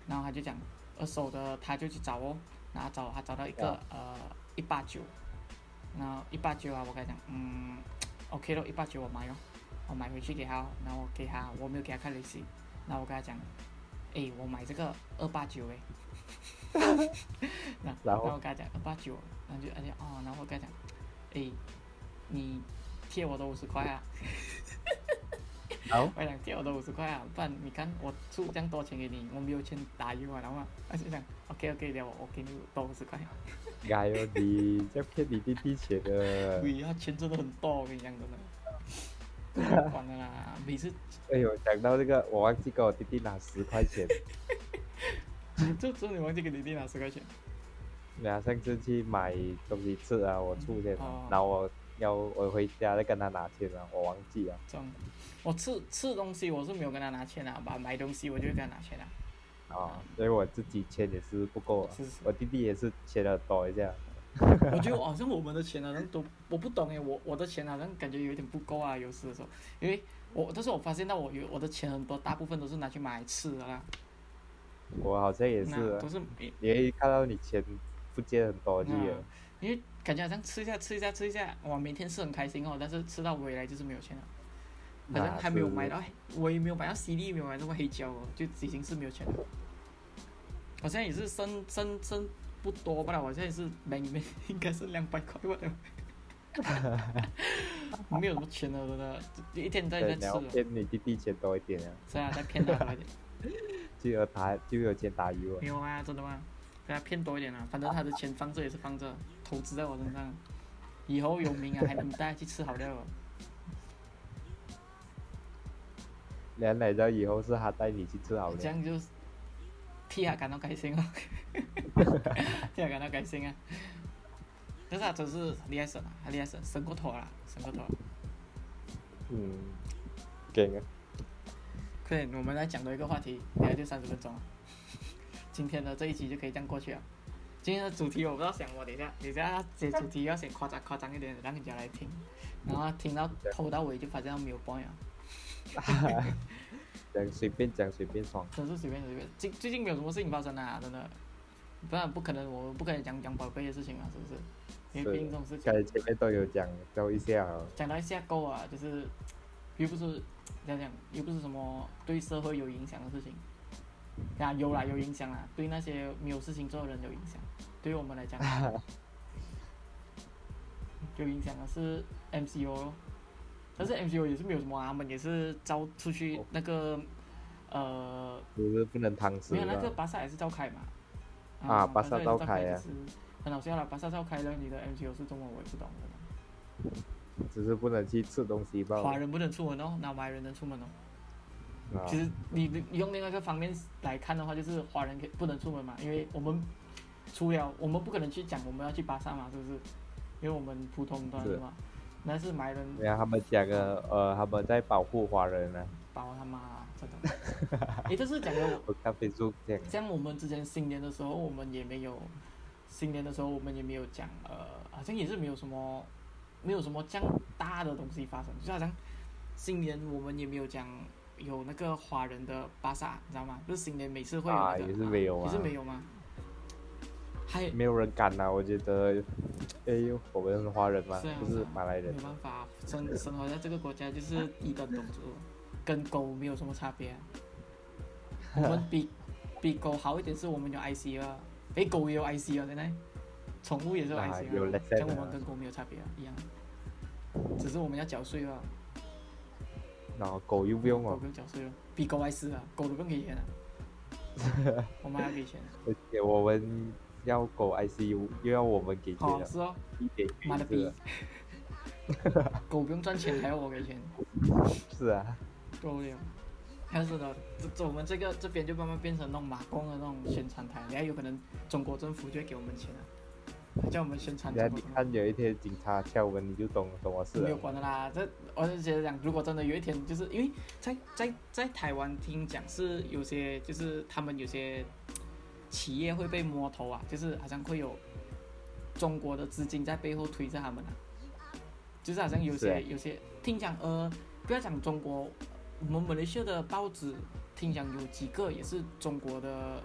Speaker 1: 然后他就讲二手的，他就去找哦，然后找他找到一个、呃一八九，然后一八九啊，我跟他讲嗯 OK 咯，一八九我买哦，我买回去给他哦，然后我给他我没有给他看利息，然后我跟他讲。诶，我买这个二八九诶，然
Speaker 2: 然
Speaker 1: 然
Speaker 2: 后
Speaker 1: 后我跟他讲二八九，然后就而且哦，然后我跟他讲，诶，你贴我的五十块啊，
Speaker 2: 好，
Speaker 1: 我想借我的五十块啊，不然你看我出这样多钱给你，我没有钱打油啊，然后嘛他就讲 OK OK 了，我我给你多五十块。啊
Speaker 2: 哎呦， 你这样骗你弟弟钱的。啊
Speaker 1: 喂，他钱真的很多，我跟你讲真的。管了啦，每次
Speaker 2: 哎呦，讲到这个，我忘记给我弟弟拿十块钱。
Speaker 1: 就只有你忘记给你弟拿十块钱。
Speaker 2: 然后上次去买东西吃啊，我出钱，
Speaker 1: 哦
Speaker 2: 然后我要我回家再跟他拿钱啊，我忘记了。
Speaker 1: 这种，我吃吃东西我是没有跟他拿钱啊，把买东西我就会跟他拿钱啊。
Speaker 2: 啊，所以我自己钱也是不够啊
Speaker 1: 是是，
Speaker 2: 我弟弟也是钱的多一下。
Speaker 1: 我觉得好像我们的钱好像都我不懂哎，我我的钱好像感觉有点不够啊，有时的时候，因为我但是我发现到我有我的钱很多，大部分都是拿去买吃的啦，
Speaker 2: 我好像也是
Speaker 1: 那
Speaker 2: 啊
Speaker 1: 都，是
Speaker 2: 你会看到你钱不见很多啊就有
Speaker 1: 嗯，因为感觉好像吃一下吃一下吃一下，哇，每天是很开心哦，但是吃到回来就是没有钱了，好像还没有买到，哎我也没有买到 CD，没有买到黑胶哦，就已经是没有钱了。好像也是剩剩剩不多吧，我现在也是 每每应该是两百块吧，没有什么钱了，真的，一天在
Speaker 2: 对，
Speaker 1: 在
Speaker 2: 你
Speaker 1: 吃啊
Speaker 2: 要
Speaker 1: 了，
Speaker 2: 骗你弟弟钱多一点啊，
Speaker 1: 是啊，再骗他多一点，
Speaker 2: 就有打就有钱打鱼啊
Speaker 1: 没。有啊，真的吗？给他骗多一点啊，反正他的钱放这也是放这，投资在我身上，以后有名啊，还能带他去吃好料哦。
Speaker 2: 原来到以后是他带你去吃好
Speaker 1: 这
Speaker 2: 的，
Speaker 1: 样就替他感到开心哦， 替他感到开心啊。但是他真是厉害死了，他厉害死了，升过头了，升过头了。
Speaker 2: 嗯，给啊，
Speaker 1: 快点，我们来讲多一个话题，等下就三十分钟了。 今天的这一集就可以这样过去了。啊今天的主题我不知道想我，等一下，等一下这主题要先夸张夸张一点，让人家来听，然后听到头到尾就发现没有 point 啊了，
Speaker 2: 讲随便讲随便爽，
Speaker 1: 真是随便随便。最最近没有什么事情发生啊，真的，不然不可能，我不可能讲讲宝贝的事情嘛，是不是？因为毕竟这种事情。
Speaker 2: 刚才前面都有讲教一下啊，
Speaker 1: 讲到下钩啊，就是又不是怎样讲，又不是什么对社会有影响的事情。啊，有啦，有影响啦，对那些没有事情做的人有影响，对于我们来讲，有影响的啊是 MCO 咯。但是 MCO 也是没有什么啊，他们也是招出去那个，呃，
Speaker 2: 就是不能啊堂食
Speaker 1: 没有那个
Speaker 2: 了。
Speaker 1: 巴萨也是召开嘛。
Speaker 2: 啊巴萨
Speaker 1: 也是
Speaker 2: 召
Speaker 1: 召
Speaker 2: 开
Speaker 1: 就
Speaker 2: 啊
Speaker 1: 是很好笑了，巴萨召开了，你的 MCO 是中文我也不懂的。
Speaker 2: 只是不能去吃东西吧。
Speaker 1: 华人不能出门哦，那马来人能出门哦。
Speaker 2: 啊
Speaker 1: 其实你你你用另外一个方面来看的话，就是华人可以不能出门嘛，因为我们除了我们不可能去讲我们要去巴萨嘛，是不是？因为我们普通的
Speaker 2: 是
Speaker 1: 嘛，但是马来人
Speaker 2: 然后他们讲的，呃，他们在保护华人啊。
Speaker 1: 包他妈真的。诶，这是讲的
Speaker 2: 我看 Facebook 讲，
Speaker 1: 像我们之前新年的时候，我们也没有新年的时候，我们也没有讲，呃，好像也是没有什么，没有什么这样大的东西发生，就好像新年我们也没有讲有那个华人的巴萨，你知道吗？就是新年每次会有那
Speaker 2: 啊
Speaker 1: 个、
Speaker 2: 也是没有啊
Speaker 1: 也是没有吗？还
Speaker 2: 没有人敢啊，我觉得，哎呦，我们华人嘛
Speaker 1: 是啊，
Speaker 2: 不是马来人
Speaker 1: 没，办法，生生活在这个国家就是低等种族，跟狗没有什么差 别啊、我们比比狗好一点是我们有 IC 啊，诶，狗也有 IC 啊，现在宠物也是有 IC
Speaker 2: 啊
Speaker 1: 啊，
Speaker 2: 有 lesson
Speaker 1: 像我
Speaker 2: 啊
Speaker 1: 们跟狗没有差别啊，一样，只是我们要缴税啊，
Speaker 2: 然后狗又不用
Speaker 1: 狗
Speaker 2: 哦
Speaker 1: 不，用缴税了，比狗还是啊，狗都不用给钱 啊，我们还要给钱，
Speaker 2: 而且我们要狗 ICU 又要我们给钱
Speaker 1: 好、
Speaker 2: 了，
Speaker 1: 是哦，
Speaker 2: 一点啊
Speaker 1: 妈的
Speaker 2: 意思
Speaker 1: 逼，
Speaker 2: 啊
Speaker 1: 狗不用赚钱还要我给钱。
Speaker 2: 是啊，
Speaker 1: 够了。但是呢，这这我们这个这边就慢慢变成那种马工的那种宣传台，然后有可能中国政府就会给我们钱了，叫我们宣传中
Speaker 2: 然
Speaker 1: 国
Speaker 2: 后你
Speaker 1: 政府。
Speaker 2: 看有一天警察敲门，你就懂懂我啊事
Speaker 1: 没有
Speaker 2: 了。
Speaker 1: 关的啦，这我是觉得讲，如果真的有一天，就是因为在在在台湾听讲是有些就是他们有些企业会被摸头啊，就是好像会有中国的资金在背后推着他们啊，就是好像有
Speaker 2: 是啊
Speaker 1: 些有些听讲呃，不要讲中国，我们马来西亚的报纸听讲有几个也是中国的，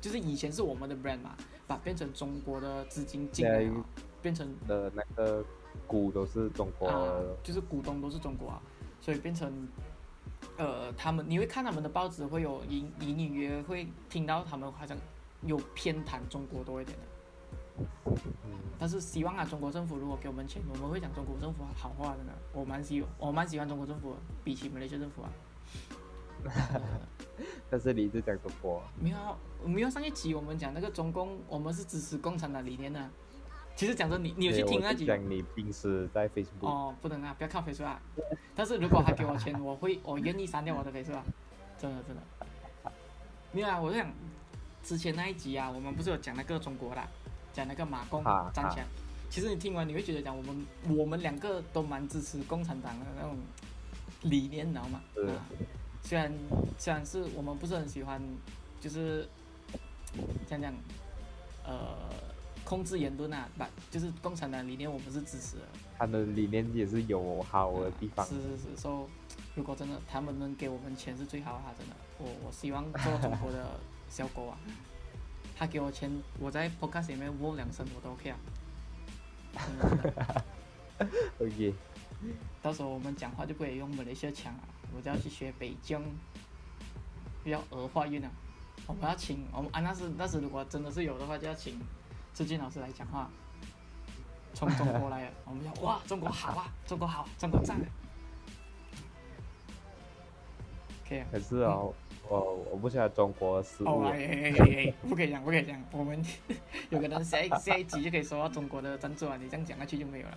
Speaker 1: 就是以前是我们的 brand 嘛，把变成中国的资金进来
Speaker 2: 现在
Speaker 1: 啊，变成
Speaker 2: 的那个股都是中国
Speaker 1: 啊，就是股东都是中国啊，所以变成呃，他们你会看他们的报纸会有隐隐隐约约会听到他们好像有偏袒中国多一点的，
Speaker 2: 嗯
Speaker 1: 但是希望啊，中国政府如果给我们钱，我们会讲中国政府好话的呢。我蛮喜我蛮喜欢中国政府的，比起马来西亚政府啊，
Speaker 2: 但是你一直讲中国，
Speaker 1: 没有啊没有上一集我们讲那个中共，我们是支持共产党理念的啊，其实讲真，你你有去听那
Speaker 2: 集？
Speaker 1: 集
Speaker 2: 讲你平时在 Facebook，、
Speaker 1: 哦，不能啊，不要看 Facebook 啊。但是如果他给我 钱，我会我愿意删掉我的 Facebook，啊真的真的。没有啊，我就想之前那一集啊，我们不是有讲那个中国啦，讲那个马共
Speaker 2: 啊
Speaker 1: 站起来。其实你听完你会觉得讲我们我们两个都蛮支持共产党的那种理念，你知道吗？
Speaker 2: 是
Speaker 1: 啊，虽然虽然是我们不是很喜欢，就是讲讲呃控制言论啊，把就是共产党理念我们是支持的。
Speaker 2: 他的理念也是有好的地方
Speaker 1: 是。是是，so, 如果真的他们能给我们钱是最好啊，真的。我我希望做中国的小狗啊，他给我钱，我在 podcast 里面喔两声我都 OK 啊。真的真的
Speaker 2: OK，
Speaker 1: 到时候我们讲话就不可以用马来西亚腔啊，我就要去学北京，比较俄化韵啊。我们要请我们啊，那是那是如果真的是有的话，就要请志俊老师来讲话。从中国来的，我们要哇，中国好啊，中国好啊，中国赞啊。可以啊。
Speaker 2: 可是哦，我我不喜欢中国的食物
Speaker 1: 哦，
Speaker 2: 啊，
Speaker 1: 哎哎哎哎，不可以讲，不可以讲，我们 有可能下一下一集就可以说到中国的赞助啊，你这样讲下去就没有了。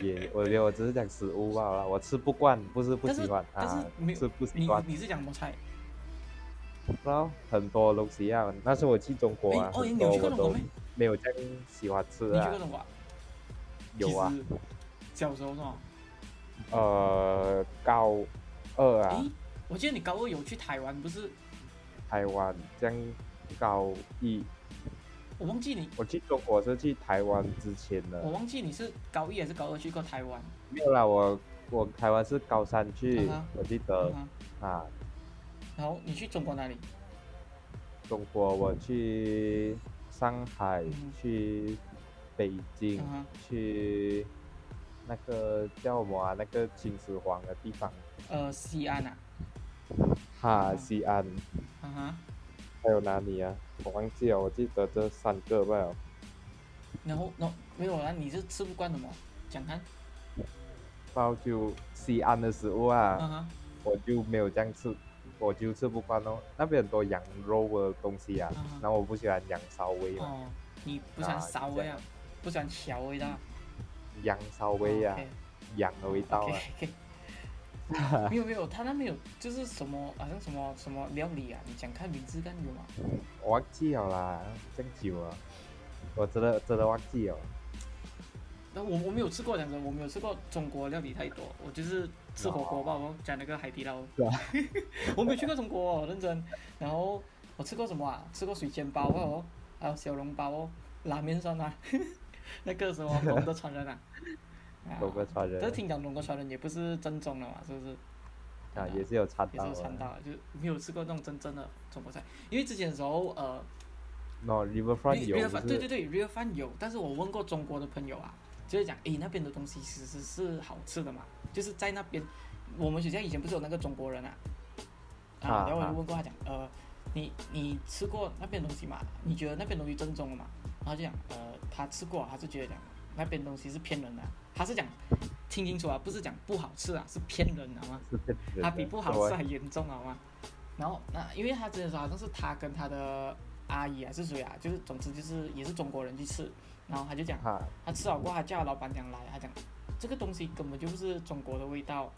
Speaker 2: 也我觉得我只是讲食物罢了，我吃不惯，不是不
Speaker 1: 但是
Speaker 2: 喜欢
Speaker 1: 但是
Speaker 2: 啊
Speaker 1: 没，有
Speaker 2: 是不喜
Speaker 1: 你
Speaker 2: 欢。
Speaker 1: 你是讲什么菜？
Speaker 2: 然后很多东西啊，那是我去中国啊，
Speaker 1: 哎哦
Speaker 2: 很
Speaker 1: 你有
Speaker 2: 多
Speaker 1: 去过中
Speaker 2: 我
Speaker 1: 国
Speaker 2: 都
Speaker 1: 没
Speaker 2: 没有这样喜欢吃
Speaker 1: 你去
Speaker 2: 啊
Speaker 1: 过，中国啊？
Speaker 2: 有啊
Speaker 1: 其，实小时候是吗？
Speaker 2: 呃，高二啊
Speaker 1: 诶，，哎我记得你高二有去台湾，不是？
Speaker 2: 台湾这样高一，
Speaker 1: 我忘记你，
Speaker 2: 我去中国是去台湾之前
Speaker 1: 我
Speaker 2: 的，
Speaker 1: 忘记你是高一还是高二去过台湾？
Speaker 2: 没有啦，我我台湾是高三去
Speaker 1: 嗯哼，
Speaker 2: 我记得
Speaker 1: 啊，
Speaker 2: 啊，
Speaker 1: 然后你去中国哪里？
Speaker 2: 中国我去上海
Speaker 1: 嗯，
Speaker 2: 去北京
Speaker 1: 嗯，哼
Speaker 2: 去那个叫什么啊，那个秦始皇的地方，
Speaker 1: 呃，西安啊，
Speaker 2: 哈，
Speaker 1: 嗯
Speaker 2: 西安。
Speaker 1: 嗯哼，
Speaker 2: 还有哪里啊？我忘记了，我记得这三个吧。
Speaker 1: 然后然后没有啊，你是吃不惯什么？讲看，
Speaker 2: 包就西安的食物啊，
Speaker 1: 嗯哼，
Speaker 2: 我就没有这样吃，我就吃不惯哦。那边很多羊肉的东西啊，
Speaker 1: 嗯哼
Speaker 2: 然后我不喜欢羊骚味嘛，
Speaker 1: 哦，你不喜欢
Speaker 2: 啊
Speaker 1: 骚
Speaker 2: 就
Speaker 1: 味
Speaker 2: 这
Speaker 1: 啊
Speaker 2: 样，
Speaker 1: 不喜欢小味道啊，
Speaker 2: 羊骚味
Speaker 1: 哦
Speaker 2: 啊，
Speaker 1: ，OK
Speaker 2: 羊的味道啊。
Speaker 1: OK，OK 没有没有，他那边有就是什么好像什么什么料理啊，你讲看名字干有吗？
Speaker 2: 我忘记了啦，这样久啊，我真的真的忘记了。
Speaker 1: 那我我没有吃过，讲真，我没有吃过中国料理太多，我就是吃火锅吧，我讲那个海底捞
Speaker 2: 是啊，
Speaker 1: 我没有去过中国、哦，认真。然后我吃过什么啊？吃过水煎包哦，还有小笼包哦，拉面算啊， 那个什么龙的传人啊，啊
Speaker 2: 中国传人
Speaker 1: 但是听讲龙的传人也不是正宗的嘛，是不是？
Speaker 2: 啊，也是有掺
Speaker 1: 也
Speaker 2: 到
Speaker 1: 是有
Speaker 2: 啊。
Speaker 1: 掺到的，就没有吃过那种真正的中国菜，因为之前的时候呃。
Speaker 2: no riverfront 有
Speaker 1: real
Speaker 2: 不
Speaker 1: fan 对对
Speaker 2: 是？
Speaker 1: 对，real fan 有，但是我问过中国的朋友啊，就是讲，诶，那边的东西其实是好吃的嘛，就是在那边，我们学校以前不是有那个中国人啊，啊
Speaker 2: 啊，
Speaker 1: 然后我就
Speaker 2: 啊
Speaker 1: 问过他讲，呃，你你吃过那边的东西吗？你觉得那边东西正宗的吗？然后就讲，呃，他吃过，他是觉得讲那边东西是骗人的啊、他是讲听清楚啊，不是讲不好吃啊，是骗人的吗？
Speaker 2: 是骗人的
Speaker 1: 他比不好吃还严重好吗？然后那因为他之前说好像是他跟他的阿姨还是谁啊，就是总之就是也是中国人去吃，然后他就讲
Speaker 2: 哈，
Speaker 1: 他吃好过后，他叫老板娘来，他讲这个东西根本就不是中国的味道。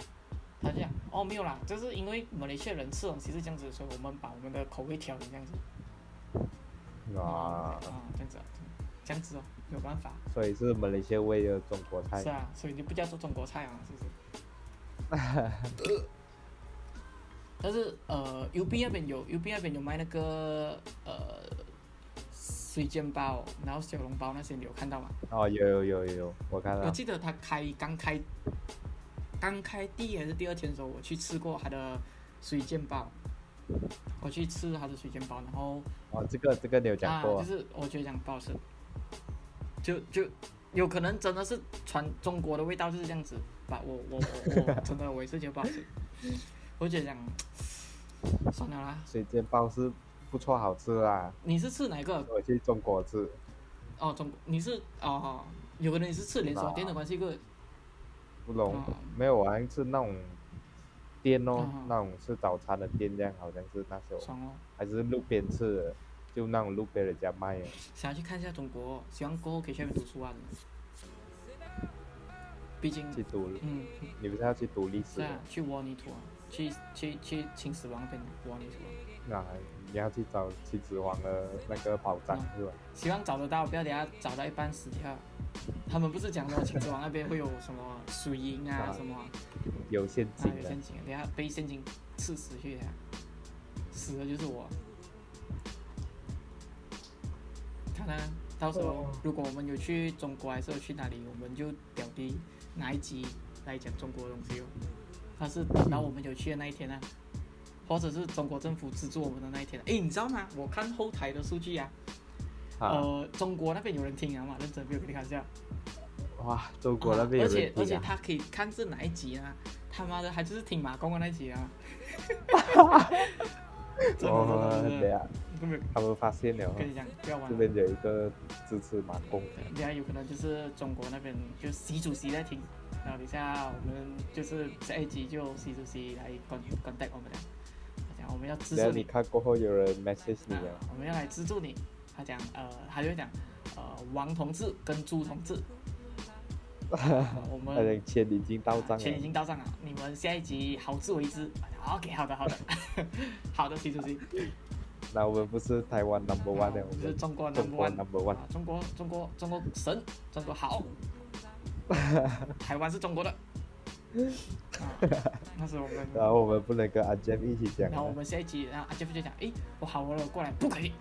Speaker 1: 他就讲哦没有啦，就是因为马来西亚人吃东西是这样子，所以我们把我们的口味调成这样子
Speaker 2: 啊
Speaker 1: 啊、，这样子啊，这样子哦，没有办法，
Speaker 2: 所以是马来西亚味的中国菜
Speaker 1: 是。啊，所以就不叫做中国菜啊，是不是？但是呃，U B 那边有 U B 那边有卖那个呃水煎包，然后小笼包那些，你有看到吗？
Speaker 2: 哦，有有有有有，我看
Speaker 1: 我
Speaker 2: 到。
Speaker 1: 记得他开刚开刚开第一还是第二天的时候，我去吃过他的水煎包，我去吃他的水煎包，然后
Speaker 2: 哦，这个这个你有讲过
Speaker 1: 啊，就是我觉得讲不好吃，就就有可能真的是传中国的味道就是这样子吧。我我我我真的我也是觉得不好吃，我觉得讲算了啦。
Speaker 2: 水煎包是不错，好吃啦。
Speaker 1: 你是吃哪一个？
Speaker 2: 我去中国吃，
Speaker 1: 哦，中你是哦，有可能你是吃连锁店的关系个
Speaker 2: 不懂，
Speaker 1: 哦
Speaker 2: 没有，我好像是那种店哦，
Speaker 1: 嗯
Speaker 2: 那种吃早餐的店这样，好像是那时候
Speaker 1: 爽哦。
Speaker 2: 还是路边吃的，就那种路被人家卖啊。
Speaker 1: 想要去看一下中国，希望过后可以去那边读书啊。毕竟，
Speaker 2: 去读，
Speaker 1: 嗯，
Speaker 2: 你不是要去读历史
Speaker 1: 是啊
Speaker 2: 吗？，
Speaker 1: 去窝泥土啊，去去去秦始皇那边窝泥土啊。
Speaker 2: 那你要去找秦始皇的那个宝藏
Speaker 1: 嗯
Speaker 2: 是吧？
Speaker 1: 希望找得到，不要等下找到一半死掉。他们不是讲说秦始皇那边会有什么水银啊
Speaker 2: 啊
Speaker 1: 什么啊
Speaker 2: 有陷
Speaker 1: 啊
Speaker 2: 阱
Speaker 1: 有
Speaker 2: 的，
Speaker 1: 陷阱，等下被陷阱刺死去的，死的就是我。看啊，到时候
Speaker 2: 哦
Speaker 1: 如果我们有去中国还是有去哪里，我们就表弟哪一集来讲中国的东西哦。他是然后我们有去的那一天啊，或者是中国政府资助我们的那一天、啊。诶，你知道吗？我看后台的数据啊，
Speaker 2: 啊，
Speaker 1: 呃，中国那边有人听啊嘛，认真没有跟你开玩笑。
Speaker 2: 哇，中国那边
Speaker 1: 而
Speaker 2: 有
Speaker 1: 且
Speaker 2: 人
Speaker 1: 而
Speaker 2: 听
Speaker 1: 且
Speaker 2: 啊，
Speaker 1: 他可以看是哪一集啊？他妈的，还就是听马公的那一集 啊！真的真
Speaker 2: 哦
Speaker 1: 的，真
Speaker 2: 对
Speaker 1: 的，
Speaker 2: 啊，
Speaker 1: 都没有
Speaker 2: 他们发现了，啊
Speaker 1: 跟你讲，不要玩
Speaker 2: 这
Speaker 1: 了。
Speaker 2: 边有一个支持马工，
Speaker 1: 等下有可能就是中国那边就习主席在听，然后等下我们就是下一集就习主席来 con contact 我们的，他讲我们要资
Speaker 2: 然
Speaker 1: 助
Speaker 2: 后你
Speaker 1: 你，
Speaker 2: 看过后有人 message 你
Speaker 1: 啊
Speaker 2: 啊，
Speaker 1: 我们要来资助你。他讲呃，他就会讲呃，王同志跟朱同志，呃我
Speaker 2: 他
Speaker 1: 们
Speaker 2: 的钱已经到啊账
Speaker 1: 钱已
Speaker 2: 了，
Speaker 1: 经到账了，你们下一集好自为之。OK，好的，好 的，好的，习主席。
Speaker 2: 那我们不是台湾 number one 了，
Speaker 1: 我
Speaker 2: 我
Speaker 1: 们啊是
Speaker 2: 们
Speaker 1: 中国
Speaker 2: 中
Speaker 1: number
Speaker 2: 国
Speaker 1: one，
Speaker 2: number one，
Speaker 1: 啊中国中国中国神，中国好，台湾是中国的。啊，那是我们。
Speaker 2: 然后我们不能跟阿 Jeff 一起讲
Speaker 1: 然后我
Speaker 2: 啊，
Speaker 1: 们下一集，然后阿杰夫就讲，诶，我好了，我过来，不可以，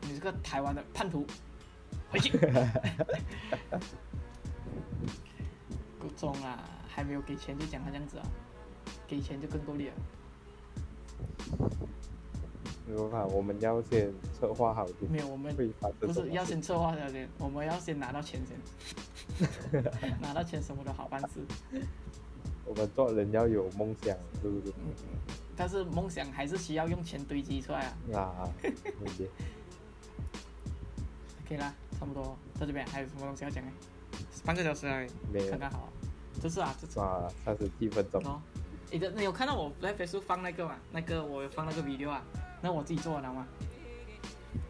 Speaker 1: 你这个台湾的叛徒，回去。 够重啦，还没有给钱就讲他这样子啊，给钱就更够力啊了。
Speaker 2: 没办法，我们要先策划好
Speaker 1: 没
Speaker 2: 点，
Speaker 1: 有，我们
Speaker 2: 会发
Speaker 1: 不
Speaker 2: 生什
Speaker 1: 是要
Speaker 2: 么事？
Speaker 1: 先策划条件，我们要先拿到钱先， 拿到钱什么都好办事。
Speaker 2: 我们做人要有梦想，是不是？
Speaker 1: 但是梦想还是需要用钱堆积出来啊。
Speaker 2: 啊，对不对
Speaker 1: OK 啦，差不多到这边还有什么东西要讲哎？半个小时而已，
Speaker 2: 没有
Speaker 1: 刚刚好。这次啊，这次
Speaker 2: 啊，三十七分钟，
Speaker 1: 哦，你的你有看到我在 Facebook 放那个嘛？那个我有放那个 video 啊，那我自己做的了吗？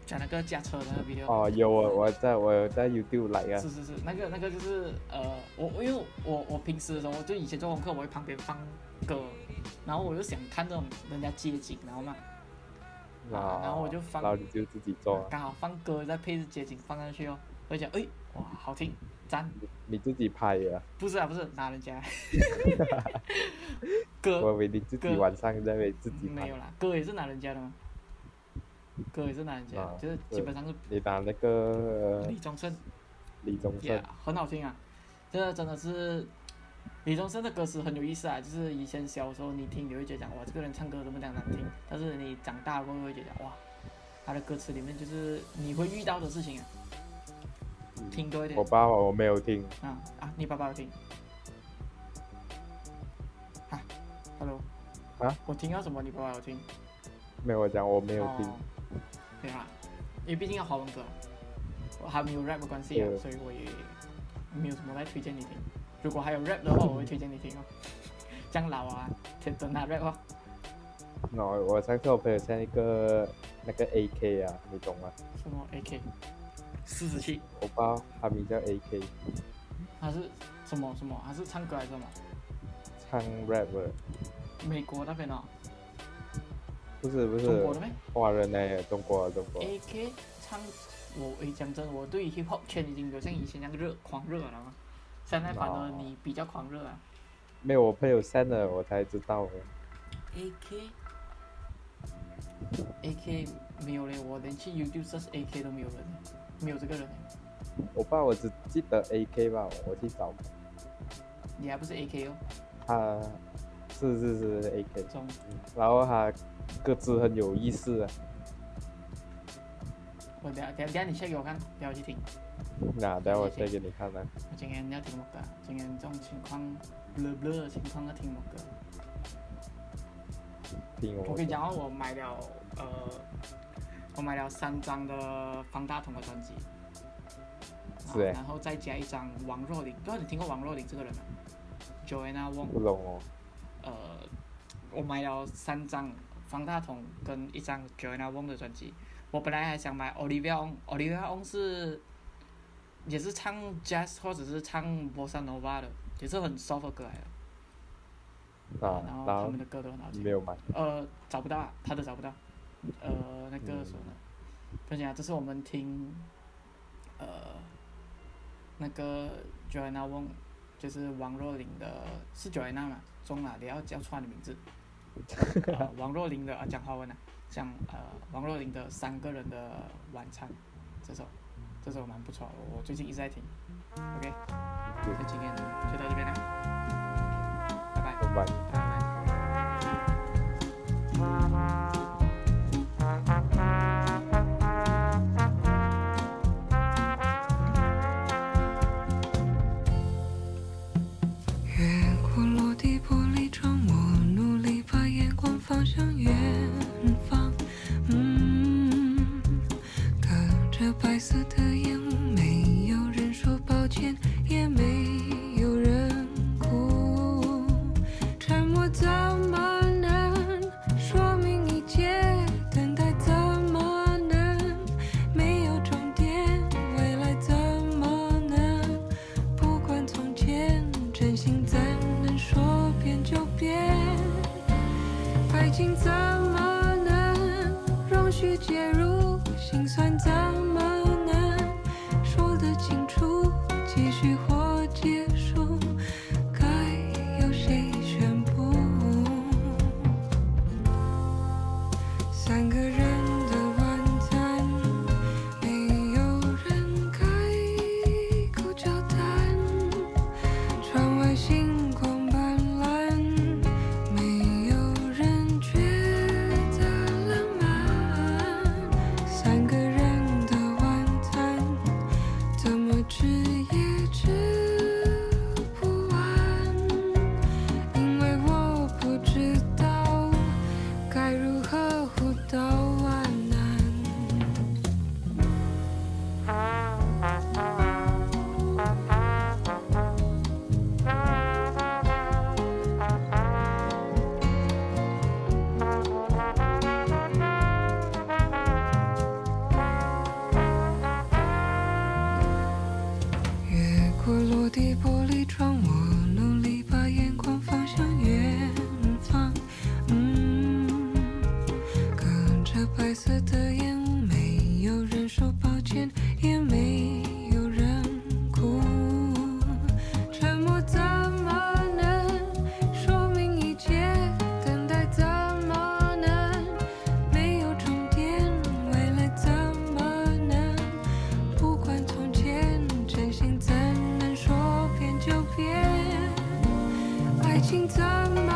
Speaker 1: 讲那个驾车的那个 video。
Speaker 2: 哦，有我我在我有在 YouTube 来啊
Speaker 1: 是，是是，那个那个就是呃，我我因为我我平时的时候，就以前做功课，我会旁边放歌，然后我就想看那种人家街景，然后嘛，啊然后我就放
Speaker 2: 然后你就自己做啊，
Speaker 1: 刚好放歌再配置街景放上去哦，我就讲哎哇好听，赞，
Speaker 2: 你自己拍啊，
Speaker 1: 不是啊不是拿人 家歌
Speaker 2: 我以为你自己
Speaker 1: 哥
Speaker 2: 晚上在那边自己
Speaker 1: 没
Speaker 2: 拍
Speaker 1: 有，啦，歌也是拿人家的嘛，歌也是拿人家的，
Speaker 2: 啊
Speaker 1: 就是基本上是
Speaker 2: 你打那个
Speaker 1: 李宗盛
Speaker 2: 李宗盛
Speaker 1: Yeah，很好听啊，这真的是李宗盛的歌词很有意思啊，就是以前小时候你听你会觉得讲哇这个人唱歌怎么这样难听，但是你长大过后会觉得哇他的歌词里面就是你会遇到的事情啊，
Speaker 2: 嗯
Speaker 1: 听多一点
Speaker 2: 我爸爸我没有听，
Speaker 1: 啊啊，你爸爸有听啊，Hello
Speaker 2: 啊，
Speaker 1: 我听到什么你爸爸有听？
Speaker 2: 没有我讲我没有听
Speaker 1: 哦，，没有啊，因为毕竟要华文歌，我还没有 rap 的关系啊，
Speaker 2: 对
Speaker 1: 所以我也没有什么在推荐你听。如果还有 rap 的话，我会推荐你听哦。 像老啊，天真啊 rap 哦，
Speaker 2: 那我我上次我朋友像一个那个 AK 啊，你懂吗？
Speaker 1: 什么 AK 四十七，
Speaker 2: 我爸他名叫 AK，
Speaker 1: 他是什么什么？他是唱歌还是什么？
Speaker 2: 唱 rap 的，
Speaker 1: 美国那边哦，
Speaker 2: 不是不
Speaker 1: 中
Speaker 2: 是
Speaker 1: 国的咩
Speaker 2: 华人呢，中国中国，
Speaker 1: ？AK 唱，我诶讲真，我对于 hip hop 圈已经没有像以前那样热狂热了嘛。现在反而
Speaker 2: 哦
Speaker 1: 你比较狂热啊。
Speaker 2: 没有我朋友 send 了我才知道的。
Speaker 1: AK AK 没有嘞，我连去 YouTube search AK 都没有人，没有这个人。
Speaker 2: 我爸我只记得 AK 吧，我去找
Speaker 1: 你还不是 AK 哦，
Speaker 2: 他，是是是 AK，
Speaker 1: 中
Speaker 2: 然后他歌词很有意思啊，
Speaker 1: 我等下等下等下你 check 给我看，不要去听。
Speaker 2: 那等下我再给你看啊。
Speaker 1: 我今天要听什么歌啊？今天这种情况，blur blur 的情况要听什么歌？
Speaker 2: 听我
Speaker 1: 我跟你讲哦，我买了呃，我买了三张的方大同的专辑，啊
Speaker 2: 是欸
Speaker 1: 然后再加一张王若琳，不知道你听过王若琳这个人吗？Joanna Wong。
Speaker 2: 不懂哦，
Speaker 1: 呃，我买了三张方大同跟一张 Joanna Wong 的专辑，我本来还想买 Olivia Ong，Olivia Ong 是也是唱 jazz 或者是唱 bossa nova 的，也是很 soft 的歌来的。
Speaker 2: 啊，
Speaker 1: 然
Speaker 2: 然
Speaker 1: 后他
Speaker 2: 后
Speaker 1: 们的歌都很好听。
Speaker 2: 没有买，
Speaker 1: 呃，找不到，啊，他都找不到。呃，那个什么呢？不行啊，这是我们听，呃，那个 Joanna Wong，就是王若琳的，是 Joanna 嘛？中啊，你要叫串的名字。呃、王若琳的啊，讲华文啊，像呃王若琳的《三个人的晚餐》这首，这首蛮不错的，我我最近一直在听。OK，
Speaker 2: 对
Speaker 1: 那今天就到这边了，拜拜，
Speaker 2: 都买。
Speaker 1: 拜拜。
Speaker 3: 越过落地玻璃窗，我努力把眼光放向远方。嗯，隔着白色的烟雾，没有人说抱歉，也没有人哭。沉默怎么能说明一切？等待怎么能没有终点？未来怎么能？不管从前，真心怎能说变就变？爱情怎么能容许介入？心酸怎么能说得清楚？继续或结束，该由谁宣布？三个人的晚餐，没有人开口交谈。窗外星光斑斓，没有人觉得浪漫。三个人的晚餐，怎么吃也吃不完，因为我不知道。该如何互道晚安？越过落地玻璃窗，我努力把眼光放向远方。嗯，隔着白色的烟雾，没有人说抱歉，也没有人哭。沉默怎么能说明一切？等待怎么能没有终点？未来怎么能？不管从前，真心怎能说变就变？爱情怎么